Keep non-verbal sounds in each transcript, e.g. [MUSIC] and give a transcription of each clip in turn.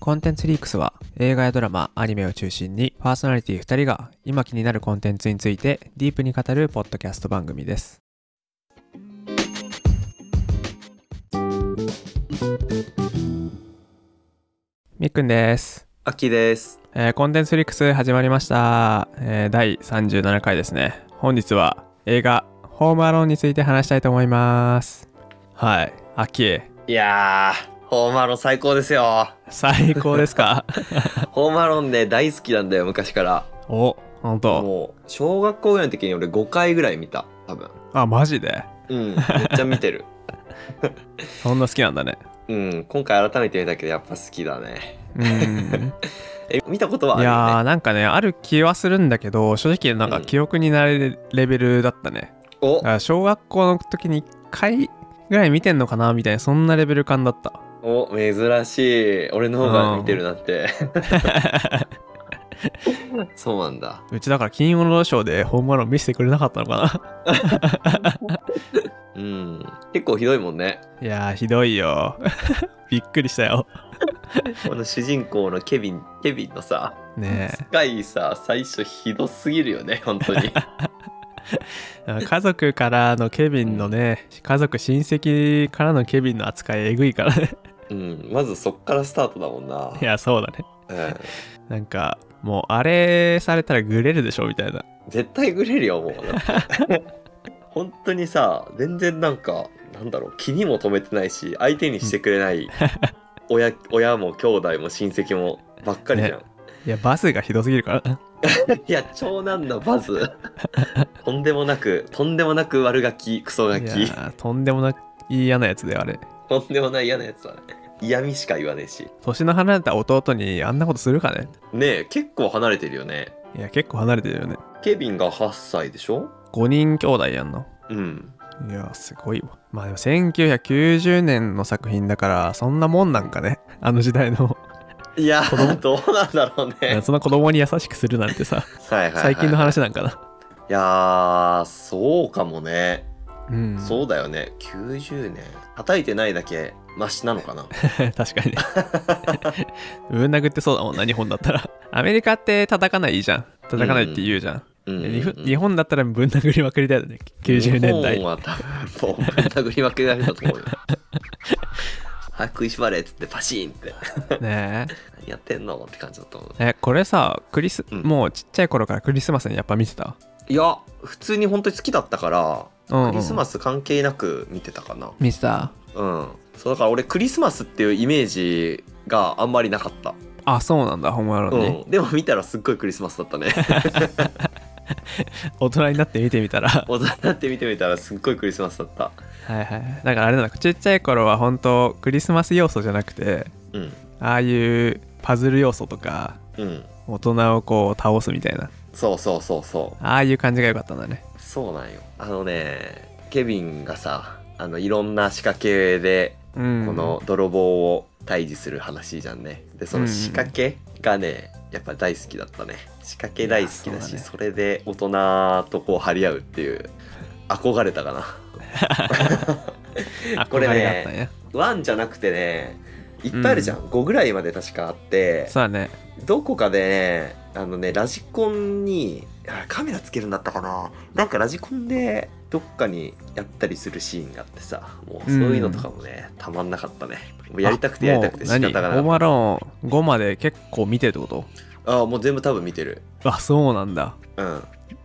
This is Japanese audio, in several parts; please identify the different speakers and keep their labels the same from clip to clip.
Speaker 1: コンテンツリークスは映画やドラマ、アニメを中心にパーソナリティ2人が今気になるコンテンツについてディープに語るポッドキャスト番組です。みっくんです。
Speaker 2: 秋です。
Speaker 1: えーコンテンツリークス始まりました。えー第37回ですね。本日は映画ホームアローンについて話したいと思います。はい。秋へ。
Speaker 2: いやー、ホームアロン最高です [LAUGHS] よ。
Speaker 1: 最高ですか
Speaker 2: ホームアロンね、大好きなんだよ、昔から。
Speaker 1: [LAUGHS] お、本当。
Speaker 2: もう、小学校ぐらいの時に俺5回ぐらい見た、多分。
Speaker 1: あ、マジで
Speaker 2: うん、めっちゃ見てる。
Speaker 1: そんな好きなんだね。
Speaker 2: うん、今回改めて見たけど、やっぱ好きだね。
Speaker 1: うん。
Speaker 2: え、見たことはいある
Speaker 1: や
Speaker 2: よ
Speaker 1: ー、
Speaker 2: ね。
Speaker 1: なんかね、ある気はするんだけど、正直なんか
Speaker 2: うん
Speaker 1: 記憶になれるレベルだったね。
Speaker 2: お
Speaker 1: だから小学校の時に1回ぐらい見てんのかなみたいな、そんなレベル感だった。
Speaker 2: お、珍しい。俺の方が見てるなって。 [LAUGHS] そうなんだ。
Speaker 1: うちだから金曜ロードショーでホームアローン見せてくれなかったのかな
Speaker 2: うん。結構ひどいもんね。
Speaker 1: いやーひどいよ [LAUGHS] びっくりしたよ
Speaker 2: この主人公のケビン、ケビンの [LAUGHS] さ、
Speaker 1: ね
Speaker 2: スカイさ、最初ひどすぎるよね、本当に。
Speaker 1: え家族からのケビンのね家族親戚からのケビンの扱いえぐいからね
Speaker 2: うん、まずそっからスタートだもんな。
Speaker 1: いやそうだね
Speaker 2: うん、
Speaker 1: なんかもうあれされたらグレるでしょみたいな
Speaker 2: 絶対グレるよ、もう。だって [LAUGHS] 本当にさ、全然なんか、なんだろう、気にも留めてないし、相手にしてくれない、親親も兄弟も親戚もばっ
Speaker 1: [LAUGHS]
Speaker 2: かりじゃん。
Speaker 1: いやバスがひどすぎるから
Speaker 2: いや、長男の
Speaker 1: [LAUGHS]
Speaker 2: バズ、とんでもなく、とんでもなく悪ガキ、クソガ
Speaker 1: いや
Speaker 2: キ、
Speaker 1: ーとんでもなく嫌なやつであれ
Speaker 2: とんでもない嫌なやつだね。嫌味しか言わねえし。
Speaker 1: 年の離れた弟にあんなことするかね
Speaker 2: ねえ、結構離れてるよね。
Speaker 1: いや結構離れてるよね
Speaker 2: ケビンが8歳でしょ
Speaker 1: 5人兄弟やんの
Speaker 2: うん。
Speaker 1: いやすごいわまあでも1990年の作品だからそんなもんなんかねあの時代の
Speaker 2: いや
Speaker 1: 子供、
Speaker 2: どうなんだろうね。
Speaker 1: [LAUGHS] いやそんな子供に優しくするなんてさ
Speaker 2: はいはいはいはい
Speaker 1: 最近の話なんかな、
Speaker 2: いやーそうかもね、
Speaker 1: うん
Speaker 2: そうだよね90年叩いてないだけマシなのかな
Speaker 1: [LAUGHS] 確かにねぶん殴ってそうだもんな日本だったらアメリカって叩かないじゃん叩かないって言うじゃん、
Speaker 2: うんうん
Speaker 1: で
Speaker 2: うん
Speaker 1: 日本日本だったらぶん殴りまくりだよね90年
Speaker 2: 日本
Speaker 1: 代
Speaker 2: は多分もう殴りまくられたと思うよはい食いしばれっつってパシーンって
Speaker 1: ね
Speaker 2: 何やってんのって感じだと思う
Speaker 1: ええこれさクリス、
Speaker 2: うん
Speaker 1: もうちっちゃい頃からクリスマスにやっぱ見てた
Speaker 2: いや普通に本当に好きだったから
Speaker 1: うんうん
Speaker 2: クリスマス関係なく見てたかな
Speaker 1: 見てた
Speaker 2: うんそうだから俺クリスマスっていうイメージがあんまりなかった、
Speaker 1: あそうなんだホームアローンに、
Speaker 2: うん、でも見たらすっごいクリスマスだったね
Speaker 1: 大人になって見てみたらは
Speaker 2: 大人になって見てみたらすっごいクリスマスだった
Speaker 1: いはいだからあれなんだちっちゃい頃は本当クリスマス要素じゃなくて
Speaker 2: うん
Speaker 1: ああいうパズル要素とか
Speaker 2: うん
Speaker 1: 大人をこう倒すみたいな
Speaker 2: そうそうそうそ
Speaker 1: ああいう感じが良かったんだね
Speaker 2: うそうなんよあのねケビンがさあのいろんな仕掛けで
Speaker 1: うん
Speaker 2: この泥棒を退治する話じゃんねでその仕掛けがねやっぱ大好きだったね仕掛け大好きだし
Speaker 1: いやそうだね
Speaker 2: それで大人とこう張り合うっていう憧れたかな
Speaker 1: 憧
Speaker 2: これね
Speaker 1: れだったんや
Speaker 2: ワンじゃなくてねいっぱいあるじゃん、5ぐらいまで確かあって
Speaker 1: そうだね
Speaker 2: どこかでね、あのね、ラジコンに、あカメラつけるんだったかななんかラジコンでどっかにやったりするシーンがあってさ、もうそういうのとかもね、たまんなかったね。もうやりたくてやりたくて仕
Speaker 1: あもう
Speaker 2: 方
Speaker 1: 何ホ
Speaker 2: が
Speaker 1: ー
Speaker 2: な
Speaker 1: ム
Speaker 2: い。
Speaker 1: アローン5まで結構見てるってこ
Speaker 2: ああ、もう全部多分見てる。
Speaker 1: とあそうなんだ
Speaker 2: うん。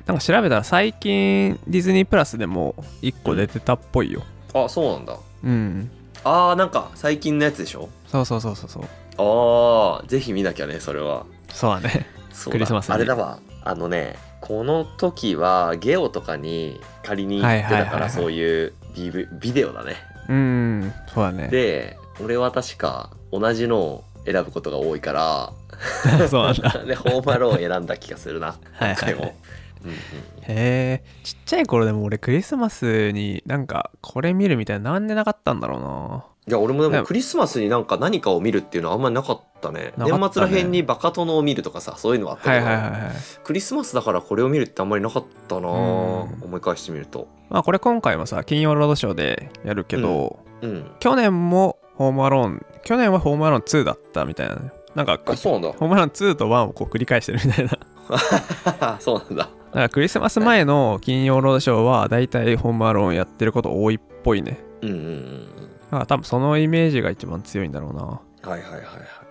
Speaker 1: なんか調べたら最近ディズニープラスでも1個出てたっぽいよ
Speaker 2: あ、そうなんだ。
Speaker 1: うん
Speaker 2: ああ、なんか最近のやつでしょ
Speaker 1: そうそうそうそうそう
Speaker 2: ああ、ぜひ見なきゃね、それは。
Speaker 1: そうだね
Speaker 2: そう
Speaker 1: ク
Speaker 2: だ
Speaker 1: リスマスに
Speaker 2: あれだわあのねこの時はゲオとかに借りに行って
Speaker 1: はい
Speaker 2: た
Speaker 1: はいは
Speaker 2: か
Speaker 1: いはい
Speaker 2: らそういう DV ビデオだね
Speaker 1: うんそうだね
Speaker 2: [LAUGHS] で俺は確か同じのを選ぶことが多いか
Speaker 1: [LAUGHS] そうなんだ
Speaker 2: ら [LAUGHS] でホームアローンを選んだ気がするな
Speaker 1: はい
Speaker 2: 今
Speaker 1: はい
Speaker 2: 回もうんうん
Speaker 1: へえちっちゃい頃でも俺クリスマスになんかこれ見るみたいななんでなかったんだろうない
Speaker 2: や俺もで
Speaker 1: ね
Speaker 2: もクリスマスになんか何かを見るっていうのはあんまりなかったね
Speaker 1: なかったね
Speaker 2: 年末らへんにバカ殿を見るとかさそういうのはあったけ
Speaker 1: はい
Speaker 2: ど、
Speaker 1: はいはいはい
Speaker 2: クリスマスだからこれを見るってあんまりなかったな、
Speaker 1: ん
Speaker 2: 思い返してみると
Speaker 1: まあこれ今回もさ金曜ロードショーでやるけど、
Speaker 2: うん
Speaker 1: 去年もホームアローン去年はホームアローン2だったみたいなのよなんか
Speaker 2: あ、そうなん
Speaker 1: ホームラン2と1をこう繰り返してるみたい
Speaker 2: [LAUGHS]
Speaker 1: なだか
Speaker 2: だ。 [LAUGHS] そうなんだ。
Speaker 1: らクリスマス前の金曜ロードショーはだいたいホームアローンやってること多いっぽいね
Speaker 2: うんうんうん
Speaker 1: だから多分そのイメージが一番強いんだろうな
Speaker 2: うん。はいはいはいはい。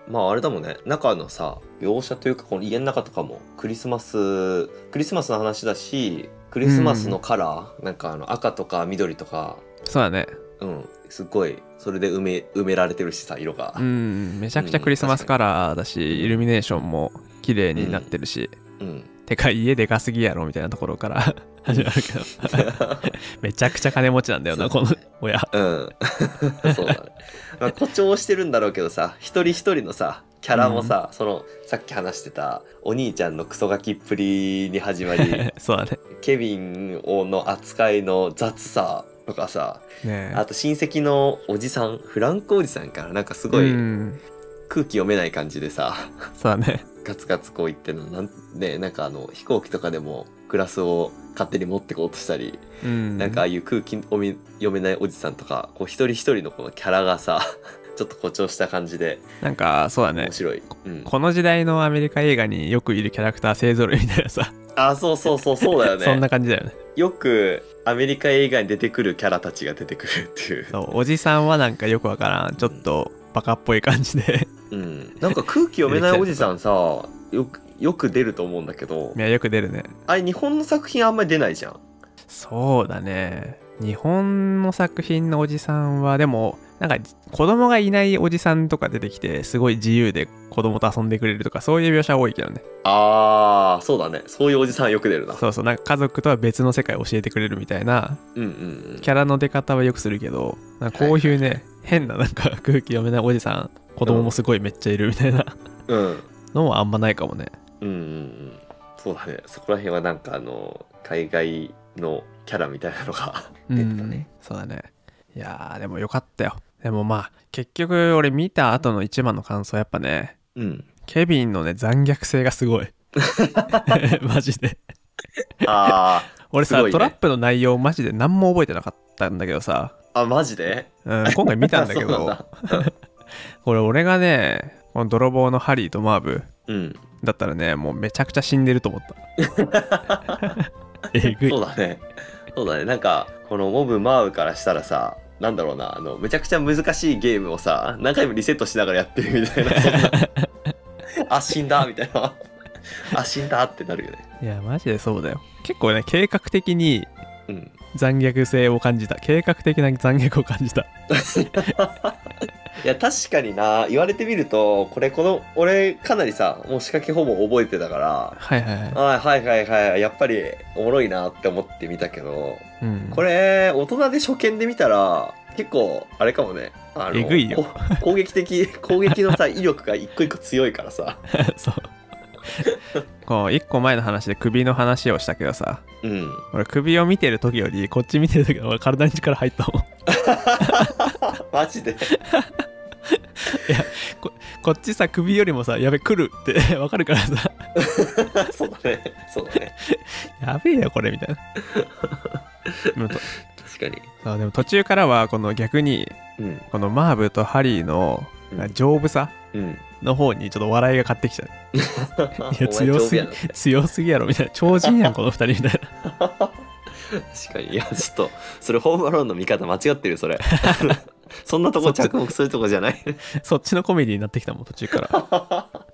Speaker 2: まああれだもんね、中のさ、描写というか、この家の中とかも、クリスマス、クリスマスの話だし、クリスマスのカラー、なんかあの赤とか緑とか、
Speaker 1: そうだね
Speaker 2: うん、すっごい、それで埋め、埋められてるしさ、色が。
Speaker 1: う、んめちゃくちゃクリスマスカラーだし、イルミネーションも綺麗になってるし、
Speaker 2: うん、
Speaker 1: てか家でかすぎやろみたいなところから始まるけど [LAUGHS] めちゃくちゃ金持ちなんだよな
Speaker 2: そ
Speaker 1: こ
Speaker 2: う
Speaker 1: の
Speaker 2: だ
Speaker 1: 親
Speaker 2: うん。 [LAUGHS] そうだね。まあ、誇張してるんだろうけどさ、一人一人のさ、キャラもさ、その、さっき話してた、お兄ちゃんのクソガキっぷりに始ま [LAUGHS] り、
Speaker 1: そうだね
Speaker 2: ケビンをの扱いの雑さとかさ、
Speaker 1: ねえ
Speaker 2: あと親戚のおじさん、フランクおじさんからなんかすご
Speaker 1: う
Speaker 2: い
Speaker 1: ん
Speaker 2: 空気読めない感じでさ、 [LAUGHS]
Speaker 1: そうだね
Speaker 2: ガツガツこう言ってるの、なんね、なんかあの、飛行機とかでもグラスを勝手に持ってこうとしたり、
Speaker 1: うん
Speaker 2: なんかああいう空気読み読めないおじさんとかこう一人一人のこのキャラがさ [LAUGHS] ちょっと誇張した感じで
Speaker 1: なんかそうだね
Speaker 2: 面白い、うん、
Speaker 1: この時代のアメリカ映画によくいるキャラクター勢ぞろいみたいなさ、
Speaker 2: あそうそうそうそうだよね
Speaker 1: そんな感じだよね
Speaker 2: よくアメリカ映画に出てくるキャラたちが出てくるっていう、
Speaker 1: そうおじさんはなんかよくわからんちょっとバカっぽい感じ
Speaker 2: [LAUGHS]
Speaker 1: で
Speaker 2: うん、なんか空気読めないおじさんさよくよく出ると思うんだけど
Speaker 1: いやよく出るね
Speaker 2: あれ日本の作品あんまり出ないじゃん
Speaker 1: そうだね日本の作品のおじさんはでもなんか子供がいないおじさんとか出てきてすごい自由で子供と遊んでくれるとかそういう描写多いけどね
Speaker 2: あーそうだねそういうおじさんよく出るな
Speaker 1: そうそうなんか家族とは別の世界を教えてくれるみたいな
Speaker 2: うんうんうん
Speaker 1: キャラの出方はよくするけどなんかこういうね、変ななんか空気読めないおじさん子供もすごいめっちゃいるみたいな
Speaker 2: うん
Speaker 1: のもあんまないかもね
Speaker 2: うんうんうんそうだねそこら辺はなんかあの海外のキャラみたいなのが出てたね、
Speaker 1: うん、そうだねいやーでもよかったよでもまあ結局俺見た後の一番の感想やっぱね
Speaker 2: うん、
Speaker 1: ケビンのね残虐性がすご
Speaker 2: [LAUGHS]
Speaker 1: い [LAUGHS] マジで
Speaker 2: あ
Speaker 1: 俺
Speaker 2: す
Speaker 1: さ、
Speaker 2: ごいね
Speaker 1: トラップの内容マジで何も覚えてなかったんだけどさ、
Speaker 2: ーあマジで
Speaker 1: うん、今回見たんだけ
Speaker 2: [LAUGHS] そうなん
Speaker 1: ど
Speaker 2: だ
Speaker 1: これ俺がねこの泥棒のハリーとマーブ
Speaker 2: うん
Speaker 1: だったらねもうめちゃくちゃ死んでると思った
Speaker 2: [LAUGHS]
Speaker 1: えぐい
Speaker 2: そうだねそうだねなんかこのモブマウからしたらさなんだろうなあのめちゃくちゃ難しいゲームをさ何回もリセットしながらやってるみたいなそんな
Speaker 1: [LAUGHS]
Speaker 2: あ死んだみたいなあ死んだってなるよね
Speaker 1: いやマジでそうだよ結構ね計画的に
Speaker 2: うん
Speaker 1: 残虐性を感じた計画的な残虐を感じた
Speaker 2: いや確かにな言われてみるとこれこの俺かなりさもう仕掛けほぼ覚えてたから
Speaker 1: はいはいはい、
Speaker 2: あはいはいはいやっぱりおもろいなって思ってみたけど
Speaker 1: うん、
Speaker 2: これ大人で初見で見たら結構あれかもねあの
Speaker 1: えぐいよ
Speaker 2: こ攻撃的攻撃のさ威力が一個一個強いからさ
Speaker 1: [LAUGHS] そうこう一個前の話で首の話をしたけどさ
Speaker 2: うん
Speaker 1: 俺首を見てる時よりこっち見てる時の俺体に力入ったもん [LAUGHS]
Speaker 2: マジで [LAUGHS]
Speaker 1: こっちさ首よりもさやべ来るって [LAUGHS] わかるからさ
Speaker 2: そうだねそうだね
Speaker 1: やべえよこれみ
Speaker 2: [LAUGHS]
Speaker 1: たいなでもと
Speaker 2: 確かに
Speaker 1: そうでも途中からはこの逆に
Speaker 2: うん
Speaker 1: このマーブとハリーの
Speaker 2: うん
Speaker 1: 丈夫さ
Speaker 2: うん
Speaker 1: の方にちょっと笑いが勝ってきちゃういや
Speaker 2: お前
Speaker 1: 強すぎ
Speaker 2: 丈夫やな
Speaker 1: 強すぎやろみたいな超人やんこの二人みたいな
Speaker 2: 確かにいやちょっとそれホームアローンの見方間違ってるそれ [LAUGHS] そんなとこ着目するとこじゃない [LAUGHS]
Speaker 1: [LAUGHS] そっちのコメディになってきたもん途中から
Speaker 2: 確か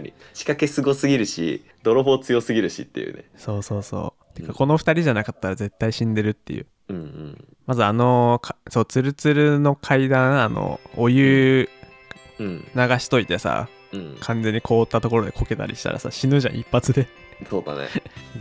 Speaker 2: に仕掛けすごすぎるし泥棒強すぎるしっていうね
Speaker 1: そうそうそうて
Speaker 2: う
Speaker 1: か
Speaker 2: ん
Speaker 1: この二人じゃなかったら絶対死んでるっていう
Speaker 2: うんうん
Speaker 1: まずあのかそうツルツルの階段あのお湯
Speaker 2: うん
Speaker 1: 流しといてさ
Speaker 2: うん
Speaker 1: 完全に凍ったところでこけたりしたらさ死ぬじゃん一発で
Speaker 2: そうだね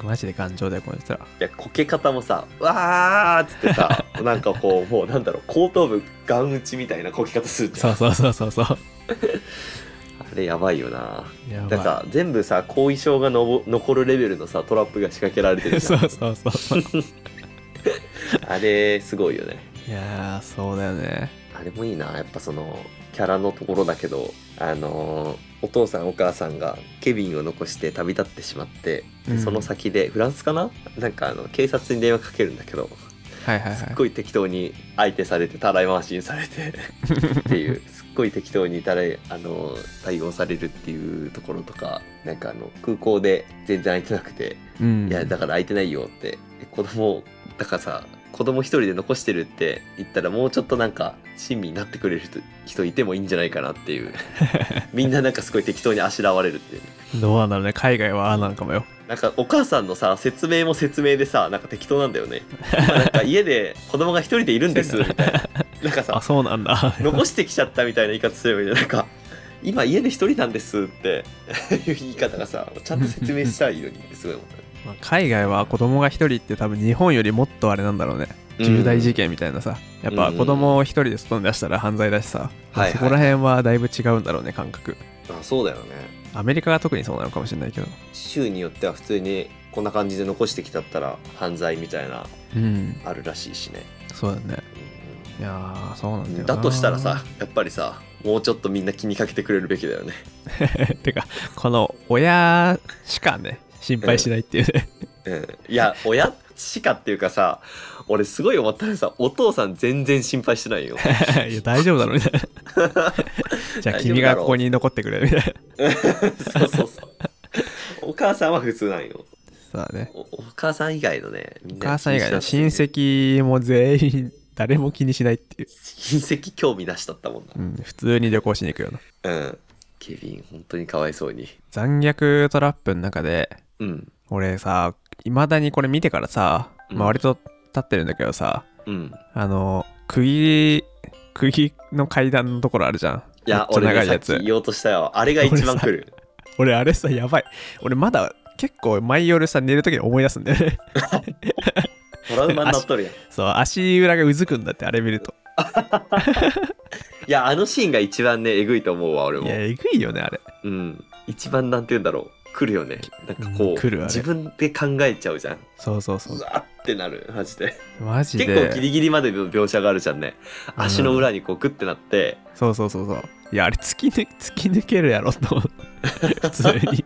Speaker 1: マジで頑丈だよこいつら
Speaker 2: いやこけ方もさ「わー!」っつっ
Speaker 1: [LAUGHS]
Speaker 2: てさなんかこうもうなんだろう後頭部ガン打ちみたいなこけ方するじゃ
Speaker 1: そ
Speaker 2: ん
Speaker 1: うそうそうそうそう
Speaker 2: あれやばいよな
Speaker 1: や
Speaker 2: だ
Speaker 1: ば
Speaker 2: からさ全部さ後遺症がのぼ残るレベルのさトラップが仕掛けられてる
Speaker 1: い [LAUGHS]
Speaker 2: じ
Speaker 1: そ
Speaker 2: ゃ
Speaker 1: うんそうそうそう
Speaker 2: あれすごいよね
Speaker 1: いやーそうだよね
Speaker 2: あれもいいなやっぱそのキャラのところだけどあのーお父さんお母さんがケビンを残して旅立ってしまって、
Speaker 1: う
Speaker 2: で
Speaker 1: ん
Speaker 2: その先でフランスかななんかあの警察に電話かけるんだけど
Speaker 1: はいはい
Speaker 2: すっ
Speaker 1: は
Speaker 2: ごい適当に相手されてたらい回しにされてっていうすっごい適当にたらいあの対応されるっていうところとかなんかあの空港で全然空いてなくて
Speaker 1: い。うん。
Speaker 2: いやだから空いてないよってえ子供だからさ子供一人で残してるって言ったらもうちょっとなんか親身になってくれる人人いてもいいんじゃないかなっていう
Speaker 1: [LAUGHS]
Speaker 2: みんななんかすごい適当にあしらわれるっていう
Speaker 1: どうなんだろうね。海外はああなんかもよ。
Speaker 2: なんかお母さんのさ説明も説明でさなんか適当なんだよね今なんか家で子供が一人でいる
Speaker 1: [LAUGHS]
Speaker 2: んですみたいななんか
Speaker 1: あ、
Speaker 2: さ
Speaker 1: そうなんだ。
Speaker 2: 残してきちゃったみたいな言い方すればいいじゃんなんか今家で一人なんですって [LAUGHS] いう言い方がさちゃんと説明したらいいのにってすごい思った
Speaker 1: [LAUGHS] まあ海外は子供が一人って多分日本よりもっとあれなんだろうね。重大事件みたいなさ。やっぱ子供を一人で外に出したら犯罪だしさ。
Speaker 2: はいはい
Speaker 1: そこら辺はだいぶ違うんだろうね、感覚。
Speaker 2: あそうだよね
Speaker 1: アメリカが特にそうなのかもしれないけど。
Speaker 2: 州によっては普通にこんな感じで残してきちゃったら犯罪みたいな
Speaker 1: うん。
Speaker 2: あるらしいしね、
Speaker 1: そうだね。
Speaker 2: う
Speaker 1: いやー、そうなん
Speaker 2: ん
Speaker 1: だ
Speaker 2: う
Speaker 1: よ
Speaker 2: ん
Speaker 1: な
Speaker 2: だとしたらさ。やっぱりさもうちょっとみんな気にかけてくれるべきだよね
Speaker 1: [LAUGHS] てか、この親しかね、心配しないっていうね。
Speaker 2: うんいや親しかっていうかさ俺すごい思ったのがさお父さん全然心配してな
Speaker 1: [LAUGHS]
Speaker 2: いよ
Speaker 1: いや、大丈夫だろ、みたいな。
Speaker 2: [LAUGHS]
Speaker 1: じゃあ君がここに残ってくれ、みたいな。
Speaker 2: そうそうそうお母さんは普通なんよ
Speaker 1: そうだね。
Speaker 2: おお母さん以外のねみん
Speaker 1: お
Speaker 2: な
Speaker 1: 母さん以外の
Speaker 2: 気
Speaker 1: 親
Speaker 2: にしなくて
Speaker 1: 戚も全員誰も気にしないっていう、
Speaker 2: 親戚興味出しちゃったもん
Speaker 1: うん、普通に旅行しに行くような
Speaker 2: なうんケビン本当にかわいそうに
Speaker 1: 残虐トラップの中で
Speaker 2: うん
Speaker 1: 俺さ未だにこれ見てからさ、
Speaker 2: う
Speaker 1: ま
Speaker 2: ん
Speaker 1: あ、割と立ってるんだけどさ
Speaker 2: うん
Speaker 1: あの釘釘の階段のところあるじゃん
Speaker 2: いや
Speaker 1: めっちゃ
Speaker 2: 俺
Speaker 1: 長
Speaker 2: ね
Speaker 1: い
Speaker 2: さっ
Speaker 1: や
Speaker 2: き
Speaker 1: つ
Speaker 2: 言おうとしたよあれが一番来る
Speaker 1: 俺あれさやばい俺まだ結構毎夜さ寝る時に思い出すんだよね [LAUGHS]
Speaker 2: トラウマになっとるやんい
Speaker 1: そう足裏がうずくんだってあれ見ると
Speaker 2: やあのシーンが一番ねえぐいと思うわ俺
Speaker 1: い
Speaker 2: も
Speaker 1: やえぐいよねあれ
Speaker 2: うん、一番なんて言うんだろう来るよねなんかこう、
Speaker 1: うん来るあれ
Speaker 2: 自分で考えちゃうじゃん
Speaker 1: そうそうそう
Speaker 2: うわってなるマジで
Speaker 1: マジで
Speaker 2: 結構ギリギリまでの描写があるじゃんね
Speaker 1: うん
Speaker 2: 足の裏にこうグッてなって、
Speaker 1: そうそうそうそう。いや、あれ突き抜、突き抜けるや [LAUGHS] ろと思って。普通
Speaker 2: [LAUGHS]
Speaker 1: に。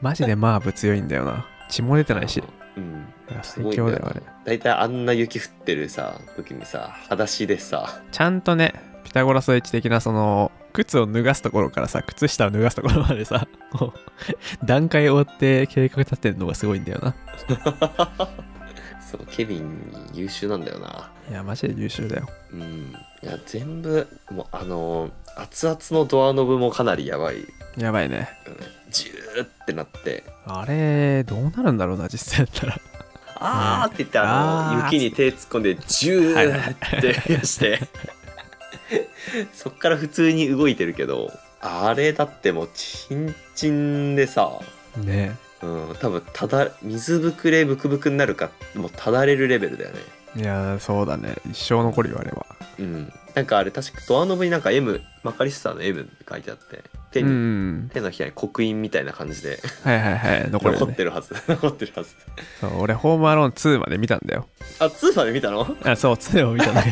Speaker 1: マジでマーブ強いんだよな。血も出てないし。
Speaker 2: うん、
Speaker 1: いや最強だよ、あれ。
Speaker 2: 大体あんな雪降ってるさ時にさ裸足でさ
Speaker 1: ちゃんとね、ピタゴラスイッチ的な、その、靴を脱がすところからさ、靴下を脱がすところまでさ、こう、段階を追って計画立てるのがすごいんだよな。
Speaker 2: そうケビン優秀なんだよない
Speaker 1: や、マジで優秀だよ。
Speaker 2: うんいや全部もうあの熱々のドアノブもかなりやばいよね
Speaker 1: やばいね。
Speaker 2: ジューってなって
Speaker 1: あれ、どうなるんだろうな、実際やったら。
Speaker 2: あーって言ってあの
Speaker 1: あー
Speaker 2: 雪に手突っ込んでジューってして [LAUGHS] そっから普通に動いてるけどあれだってもうチンチンでさ、
Speaker 1: ね
Speaker 2: うん、多分ただ水ぶくれブクブクになるかもうただれるレベルだよね
Speaker 1: いや、そうだね。一生残るよ、あれは。
Speaker 2: うんなんかあれ確かドアノブになんか M マカリスターの M って書いてあって手
Speaker 1: う
Speaker 2: に、
Speaker 1: ん。
Speaker 2: 手のひらに刻印みたいな感じで
Speaker 1: はいはいはい。残る
Speaker 2: 残
Speaker 1: よ
Speaker 2: っ
Speaker 1: ね。
Speaker 2: てるはず [LAUGHS] 残ってるはず
Speaker 1: そう、俺、ホームアローン2まで見たんだよ。
Speaker 2: あツーまで見たのは
Speaker 1: あそう2を見たんだけ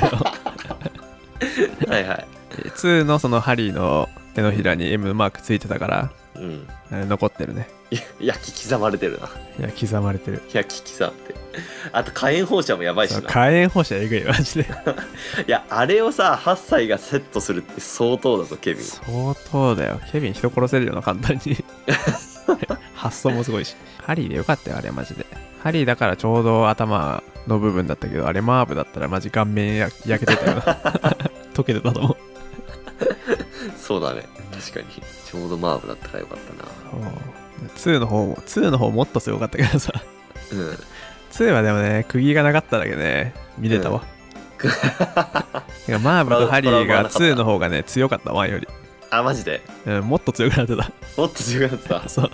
Speaker 1: [LAUGHS] ど
Speaker 2: いはい
Speaker 1: 2のそのハリーの手のひらに M マークついてたから
Speaker 2: うん
Speaker 1: あれ残ってるね
Speaker 2: いや焼き刻まれてるない
Speaker 1: や刻まれてる
Speaker 2: 焼き刻んであと火炎放射もやばいし
Speaker 1: そう
Speaker 2: な
Speaker 1: 火炎放射えぐいマジで
Speaker 2: いやあれをさ8歳がセットするって相当だぞケビン
Speaker 1: 相当だよケビン人殺せるよな簡単 [LAUGHS] に発想もすごいしハリーでよかったよあれマジでハリーだからちょうど頭の部分だったけどあれマーブだったらマジ顔面や焼けてた [LAUGHS] よな溶けてたと思う
Speaker 2: そうだね確かにちょうどマーブだったからよかったな
Speaker 1: 2の方も2の方もっとすごかったけどさ
Speaker 2: うん
Speaker 1: 2はでもね釘がなかっただけね見れたわ、てかマーブとハリーが2の方がね強かった1より、
Speaker 2: あマジで
Speaker 1: うん、もっと強くなってた
Speaker 2: もっと強くなってた
Speaker 1: そう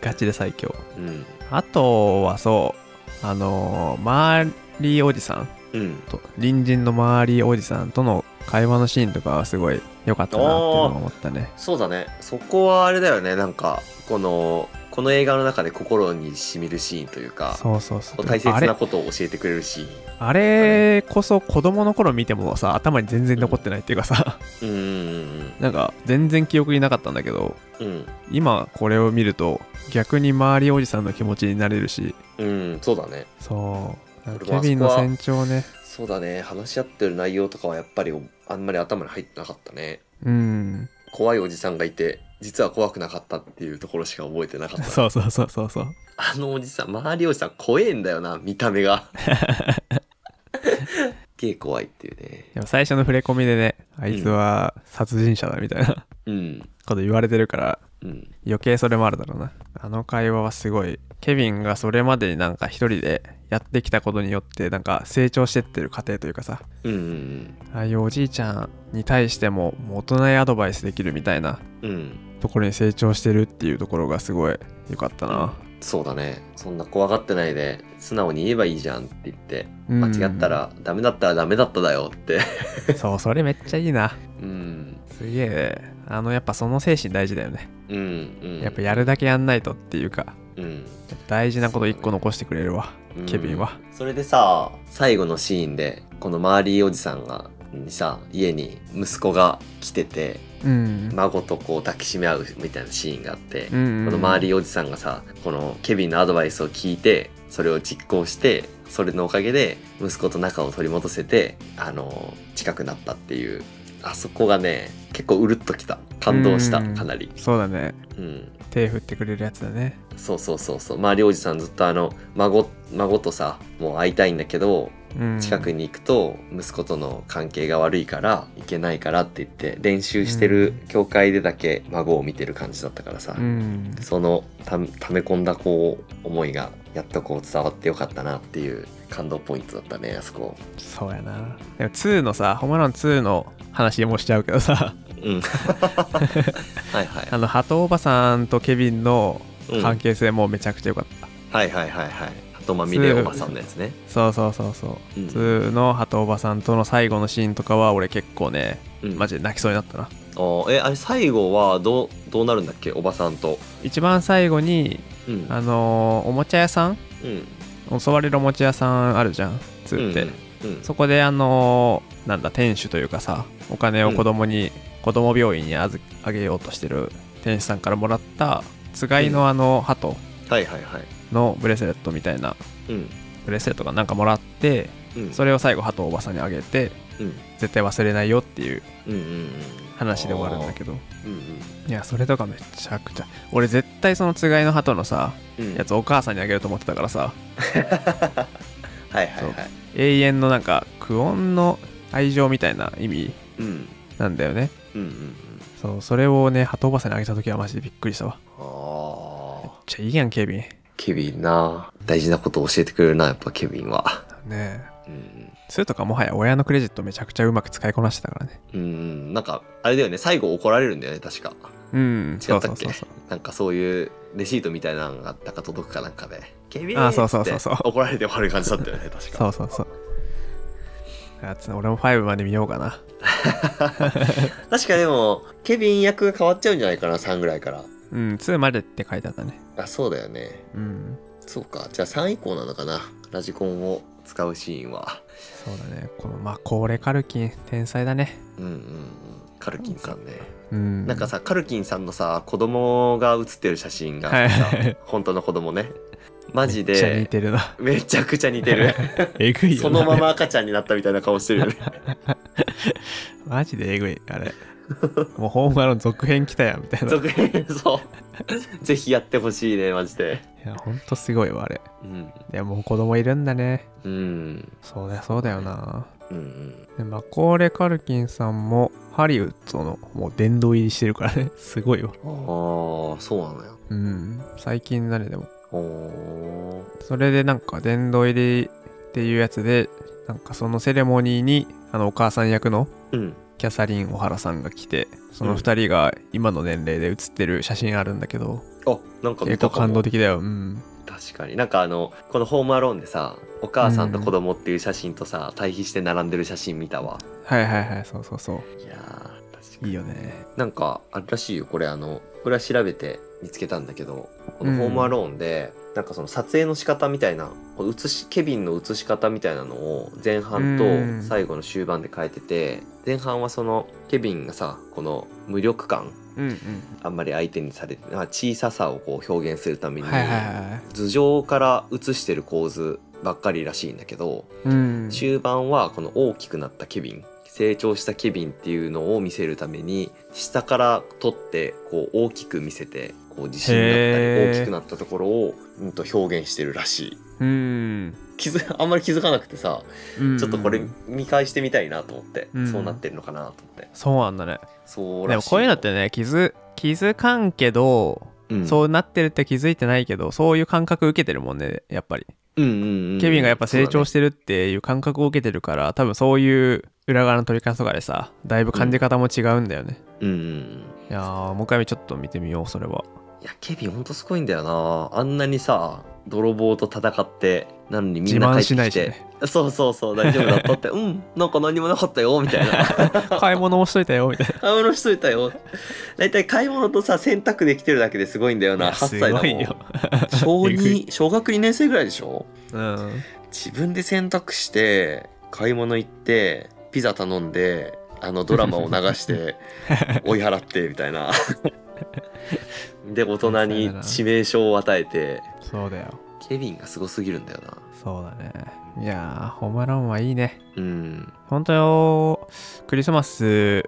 Speaker 1: ガチで最強
Speaker 2: うん
Speaker 1: あとはそうあのーマーリーおじさん
Speaker 2: うん
Speaker 1: と隣人のマーリーおじさんとの会話のシーンとかはすごい良かったなっていうのを思ったね
Speaker 2: そうだねそこはあれだよねなんかこのこの映画の中で心にしみるシーンというか
Speaker 1: そうそうそう
Speaker 2: 大切
Speaker 1: あれ
Speaker 2: なことを教えてくれるシ
Speaker 1: あれこそ子供の頃見てもさ頭に全然残ってないっていうかさ [LAUGHS]
Speaker 2: ーンうん
Speaker 1: なんか全然記憶になかったんだけど
Speaker 2: うんうん
Speaker 1: 今これを見ると逆に周りおじさんの気持ちになれるし
Speaker 2: うんうんそうだね
Speaker 1: そうなんか
Speaker 2: 俺もあそこは
Speaker 1: ケビンの船長ね。
Speaker 2: そうだね話し合ってる内容とかはやっぱりあんまり頭に入ってなかったね
Speaker 1: うん。 [LAUGHS]
Speaker 2: 怖いおじさんがいて実は怖くなかったっていうところしか覚えてなかった
Speaker 1: そうそうそうそうそう。
Speaker 2: あのおじさん周りおじさん怖えんだよな見た目がすっげえ怖いっていうね
Speaker 1: でも最初の触れ込みでね、あいつは殺人者だみたいな
Speaker 2: うん
Speaker 1: こと言われてるから、
Speaker 2: うん
Speaker 1: 余計それもあるだろうな。あの会話はすごい。ケビンがそれまでになんか一人でやってきたことによって、なんか成長してってる過程というかさ、
Speaker 2: うんうん
Speaker 1: ああいうおじいちゃんに対しても、もう大人にアドバイスできるみたいな
Speaker 2: うんうん
Speaker 1: ところに成長してるっていうところがすごい良かったな。
Speaker 2: そうだねそんな怖がってないで素直に言えばいいじゃんって言って
Speaker 1: うん
Speaker 2: 間違った。らダメだったらダメだっただよって
Speaker 1: そう、それめっちゃいいな。
Speaker 2: うん
Speaker 1: すげえ。あの、やっぱその精神大事だよね。
Speaker 2: うんうん
Speaker 1: やっぱやるだけやんないとっていうか、
Speaker 2: うん
Speaker 1: 大事なこと一個残してくれるわ、
Speaker 2: うん
Speaker 1: ケビンは。
Speaker 2: それでさ最後のシーンでこの周りおじさんがにさ家に息子が来てて
Speaker 1: うん。
Speaker 2: 孫とこう抱きしめ合うみたいなシーンがあって、
Speaker 1: うんうんうん
Speaker 2: この周りおじさんがさこのケビンのアドバイスを聞いてそれを実行してそれのおかげで息子と仲を取り戻せてあの近くなったっていうあそこがね結構うるっときた感動した
Speaker 1: うん
Speaker 2: かなり、
Speaker 1: そうだね。
Speaker 2: うん、
Speaker 1: 手振ってくれるやつだね。
Speaker 2: そうそうそうそう周りおじさんずっとあの孫孫とさもう会いたいんだけど
Speaker 1: うん、
Speaker 2: 近くに行くと息子との関係が悪いから行けないからって言って練習してる教会でだけ孫を見てる感じだったからさ、
Speaker 1: うん。
Speaker 2: そのたため込んだこう思いがやっとこう伝わってよかったなっていう感動ポイントだったねあそこ
Speaker 1: そうやな。でも2のさ、ホームラン2の話もしちゃうけどさ、 [LAUGHS]
Speaker 2: うん [LAUGHS] はいはい
Speaker 1: あの、鳩おばさんとケビンの
Speaker 2: うん
Speaker 1: 関係性もめちゃくちゃ良かった。
Speaker 2: はいはいはいはい鳩まみれおばさんのやつね
Speaker 1: そうそうそうそう。
Speaker 2: うん
Speaker 1: 2の鳩おばさんとの最後のシーンとかは、俺結構ね、
Speaker 2: うん
Speaker 1: マジで泣きそうになったな。
Speaker 2: おえあれ最後はどうどうなるんだっけおばさんと
Speaker 1: 一番最後に、
Speaker 2: うん
Speaker 1: あのーおもちゃ屋さん
Speaker 2: うん
Speaker 1: 襲われるおもちゃ屋さんあるじゃん、2って。
Speaker 2: うんうん
Speaker 1: そこであのーなんだ店主というかさお金を子供に、子供病院にあずあげようとしてる店主さんからもらったつがいのあの鳩
Speaker 2: はいはいはい
Speaker 1: のブレスレットみたいな
Speaker 2: うん
Speaker 1: ブレスレットがなんかもらって
Speaker 2: うん
Speaker 1: それを最後鳩おばさんにあげて
Speaker 2: うん
Speaker 1: 絶対忘れないよっていう
Speaker 2: うんうんうん
Speaker 1: 話で終わるんだけど
Speaker 2: うん
Speaker 1: いやそれとかめちゃくちゃ俺絶対そのつがいの鳩のさ
Speaker 2: うんうん
Speaker 1: やつお母さんにあげると思ってたからさ
Speaker 2: はいはいはい
Speaker 1: 永遠のなんかクオンの愛情みたいな意味
Speaker 2: うん
Speaker 1: なんだよね
Speaker 2: うんうんうん
Speaker 1: そうそれをね鳩おばさんにあげた時はマジでびっくりしたわ
Speaker 2: ああ
Speaker 1: じゃいいやんケビンね
Speaker 2: ケビンな大事なことを教えてくれるなやっぱケビンは
Speaker 1: え
Speaker 2: うん
Speaker 1: 2とかもはや親のクレジットめちゃくちゃうまく使いこなしてたからね
Speaker 2: うんなんかあれだよね最後怒られるんだよね確か
Speaker 1: うん
Speaker 2: 違
Speaker 1: そうそ
Speaker 2: った
Speaker 1: う
Speaker 2: っけ
Speaker 1: そうそう
Speaker 2: なんかそういうレシートみたいなのがあったか届くかなんかでケビン
Speaker 1: あそうそうそうそう
Speaker 2: っつって怒られて終わる感じだったよね確
Speaker 1: そ
Speaker 2: か
Speaker 1: うそうそうあつ俺も5まで見ようかな
Speaker 2: 確かでもケビン役が変わっちゃうんじゃないかな3ぐらいから
Speaker 1: うん2までって書いてあったね
Speaker 2: あそうだよね
Speaker 1: うん
Speaker 2: そうかじゃあ3以降なのかなラジコンを使うシーンは
Speaker 1: そうだねこのまあコーレ・カルキン天才だね
Speaker 2: うんうんうんカルキンさんね
Speaker 1: うん
Speaker 2: なんかさカルキンさんのさ子供が写ってる写真が
Speaker 1: は
Speaker 2: さ、
Speaker 1: いはい
Speaker 2: 本当の子供ねマジ
Speaker 1: めっちゃ似
Speaker 2: で
Speaker 1: てるな
Speaker 2: めちゃくちゃ似てる
Speaker 1: えぐいよ
Speaker 2: そ
Speaker 1: な
Speaker 2: のまま赤ちゃんになったみたいな顔してるよね
Speaker 1: [LAUGHS] マジでえぐいあれもうホームアローン続編来たやんみ
Speaker 2: [LAUGHS]
Speaker 1: たいない
Speaker 2: 続編そうぜひやってほしいねマジで
Speaker 1: やほんとすごいわあれ
Speaker 2: うん
Speaker 1: いやもう子供いるんだね
Speaker 2: うん
Speaker 1: そうだよそうだよな
Speaker 2: うんうん
Speaker 1: でマコーレ・カルキンさんもハリウッドのもう殿堂入りしてるからね [LAUGHS] すごいわ
Speaker 2: ああそうなのよ
Speaker 1: うん最近何でも
Speaker 2: お
Speaker 1: それでなんか殿堂入りっていうやつでなんかそのセレモニーにあのお母さん役の
Speaker 2: うん
Speaker 1: キャサリン・オハラさんが来てその
Speaker 2: うん
Speaker 1: 2人が今の年齢で写ってる写真あるんだけど、
Speaker 2: あなんか見
Speaker 1: 結
Speaker 2: た
Speaker 1: 構
Speaker 2: かも
Speaker 1: 感動的だようん
Speaker 2: 確かになんかあのこの「ホームアローン」でさお母さんと子供っていう写真とさ、対比して並んでる写真見たわ
Speaker 1: はいはいはいそうそうそ
Speaker 2: いやー確
Speaker 1: う
Speaker 2: か
Speaker 1: いい
Speaker 2: に
Speaker 1: よね
Speaker 2: なんかあるらしいよこれあのこれは調べて見つけたんだけどこの
Speaker 1: うん
Speaker 2: 「ホームアローンで」なんかその撮影の仕方みたいなこの写しケビンの写し方みたいなのを前半
Speaker 1: うん
Speaker 2: と最後の終盤で変えてて前半はそのケビンがさこの無力感
Speaker 1: うんうん
Speaker 2: あんまり相手にされてまあ小ささをこう表現するために、
Speaker 1: はいはいはい
Speaker 2: 頭上から映してる構図ばっかりらしいんだけど、
Speaker 1: うん
Speaker 2: 終盤はこの大きくなったケビン成長したケビンっていうのを見せるために下から取ってこう大きく見せてこう自信だったり
Speaker 1: へー
Speaker 2: 大きくなったところを、うん、と表現してるらしい
Speaker 1: うん
Speaker 2: 気づあんまり気づかなくてさ
Speaker 1: うん
Speaker 2: ちょっとこれ見返してみたいなと思って、
Speaker 1: うん
Speaker 2: そうなってるのかなと思って
Speaker 1: そうなんだね
Speaker 2: そうらしい
Speaker 1: でもこういうのってね気づ気づかんけど、
Speaker 2: うん
Speaker 1: そうなってるって気づいてないけどそういう感覚受けてるもんねやっぱり、
Speaker 2: うんうんうん
Speaker 1: ケビンがやっぱ成長
Speaker 2: し
Speaker 1: してるっていう感覚を受けてるから多分そういう裏側の取り方とかでさだいぶ感じ方も違うんだよね、
Speaker 2: うんうんうん
Speaker 1: いやーもう一回ちょっと見てみようそれはい
Speaker 2: やケビンほんとすごいんだよなあんなにさ泥棒と戦ってなのにみ
Speaker 1: 自
Speaker 2: んな帰
Speaker 1: 慢
Speaker 2: って
Speaker 1: し
Speaker 2: き
Speaker 1: ない
Speaker 2: て
Speaker 1: し
Speaker 2: [LAUGHS]
Speaker 1: ね
Speaker 2: そうそうそう大丈夫だったって
Speaker 1: [LAUGHS]
Speaker 2: うんなんか何もなかったよみたいな
Speaker 1: 買い物もしといたよみたい
Speaker 2: 買い物しといたよ大体買い物とさ洗濯できてるだけですごいんだよ
Speaker 1: な
Speaker 2: な8歳だも
Speaker 1: すごいよ
Speaker 2: ん小
Speaker 1: えぐい [LAUGHS]
Speaker 2: 二小学2年生ぐらいでしょ
Speaker 1: うん
Speaker 2: 自分で洗濯して買い物行ってピザ頼んであのドラマを流して
Speaker 1: [LAUGHS]
Speaker 2: 追い払ってみたいなで大人に致命傷を与えて
Speaker 1: そうだよ
Speaker 2: ケビンがすごすぎるんだよな
Speaker 1: そうだねいやーホームランはいいね
Speaker 2: うん
Speaker 1: 本当よクリスマス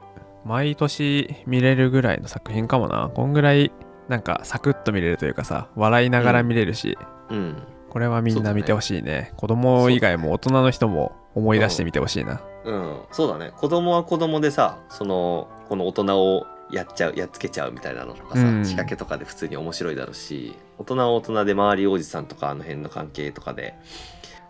Speaker 1: 毎年見れるぐらいの作品かもなこんぐらいなんかサクッと見れるというかさ笑いながら見れるし、
Speaker 2: うん
Speaker 1: これはみんな見てほしいね子供以外も大人の人も思い出してみてほしいな
Speaker 2: うんそうだね子供は子供でさそのこの大人をやっちゃうやっつけちゃうみたいなのとかさ、
Speaker 1: うん
Speaker 2: 仕掛けとかで普通に面白いだろうし大人は大人で周りおじさんとかあの辺の関係とかで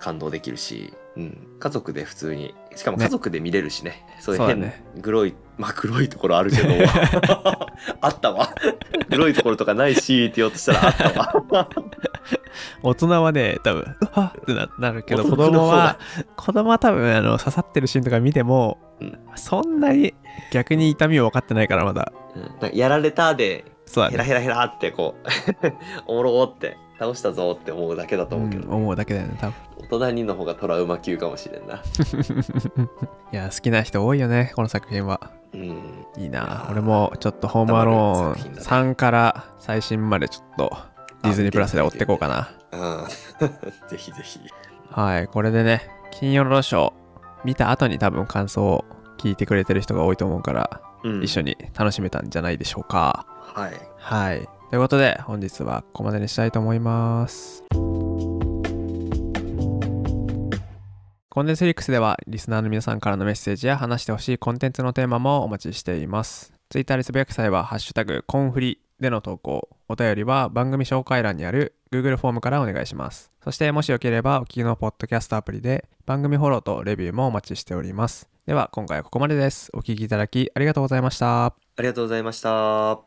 Speaker 2: 感動できるし、うん、家族で普通にしかも
Speaker 1: ね
Speaker 2: 家族で見れるしねそういう
Speaker 1: そうだ
Speaker 2: 変
Speaker 1: ね
Speaker 2: 黒いまあ黒いところあるけ [LAUGHS] どあったわ黒いところとかないしって言おうとしたらあったわ
Speaker 1: 大人はね多分うわっってななるけど子
Speaker 2: 大 [LAUGHS] 人
Speaker 1: 供は
Speaker 2: そ
Speaker 1: 子供は多分あの刺さってるシーンとか見ても、
Speaker 2: うん
Speaker 1: そんなに逆に痛みを分かってないからまだ
Speaker 2: うんなんかやられたで
Speaker 1: そうだ
Speaker 2: ヘラ
Speaker 1: ね
Speaker 2: ヘラヘラってこう [LAUGHS] おもろーって倒したぞって思うだけだと思うけど、
Speaker 1: うん思うだけだよね多分
Speaker 2: 大人にの方がトラウマ級かもしれんな。
Speaker 1: いや好きな人多いよねこの作品は
Speaker 2: うん。
Speaker 1: いい
Speaker 2: や
Speaker 1: な
Speaker 2: ー
Speaker 1: 俺もちょっとホームアロ
Speaker 2: 頑張
Speaker 1: ー
Speaker 2: る作
Speaker 1: ン
Speaker 2: 品だね
Speaker 1: 3から最新までちょっとディズニープラスで追っていこうかな
Speaker 2: うん。 [LAUGHS] ぜひぜひ。
Speaker 1: はいこれでね金曜ロードショー見た後に多分感想を聞いてくれてる人が多いと思うから、
Speaker 2: うん
Speaker 1: 一緒
Speaker 2: に。
Speaker 1: に楽しめたんじゃないでしょうか
Speaker 2: はい。
Speaker 1: はいということで本日はここまでにしたいと思いますコンテンツリックスではリスナーの皆さんからのメッセージや話してほしいコンテンツのテーマもお待ちしていますツイッターでつぶやく際は「ハッシュタグコンフリ」での投稿お便りは番組紹介欄にある Google フォームからお願いしますそしてもしよければお聞きのポッドキャストアプリで番組フォローとレビューもお待ちしておりますでは今回はここまでですお聞きいただきありがとうございました
Speaker 2: ありがとうございました。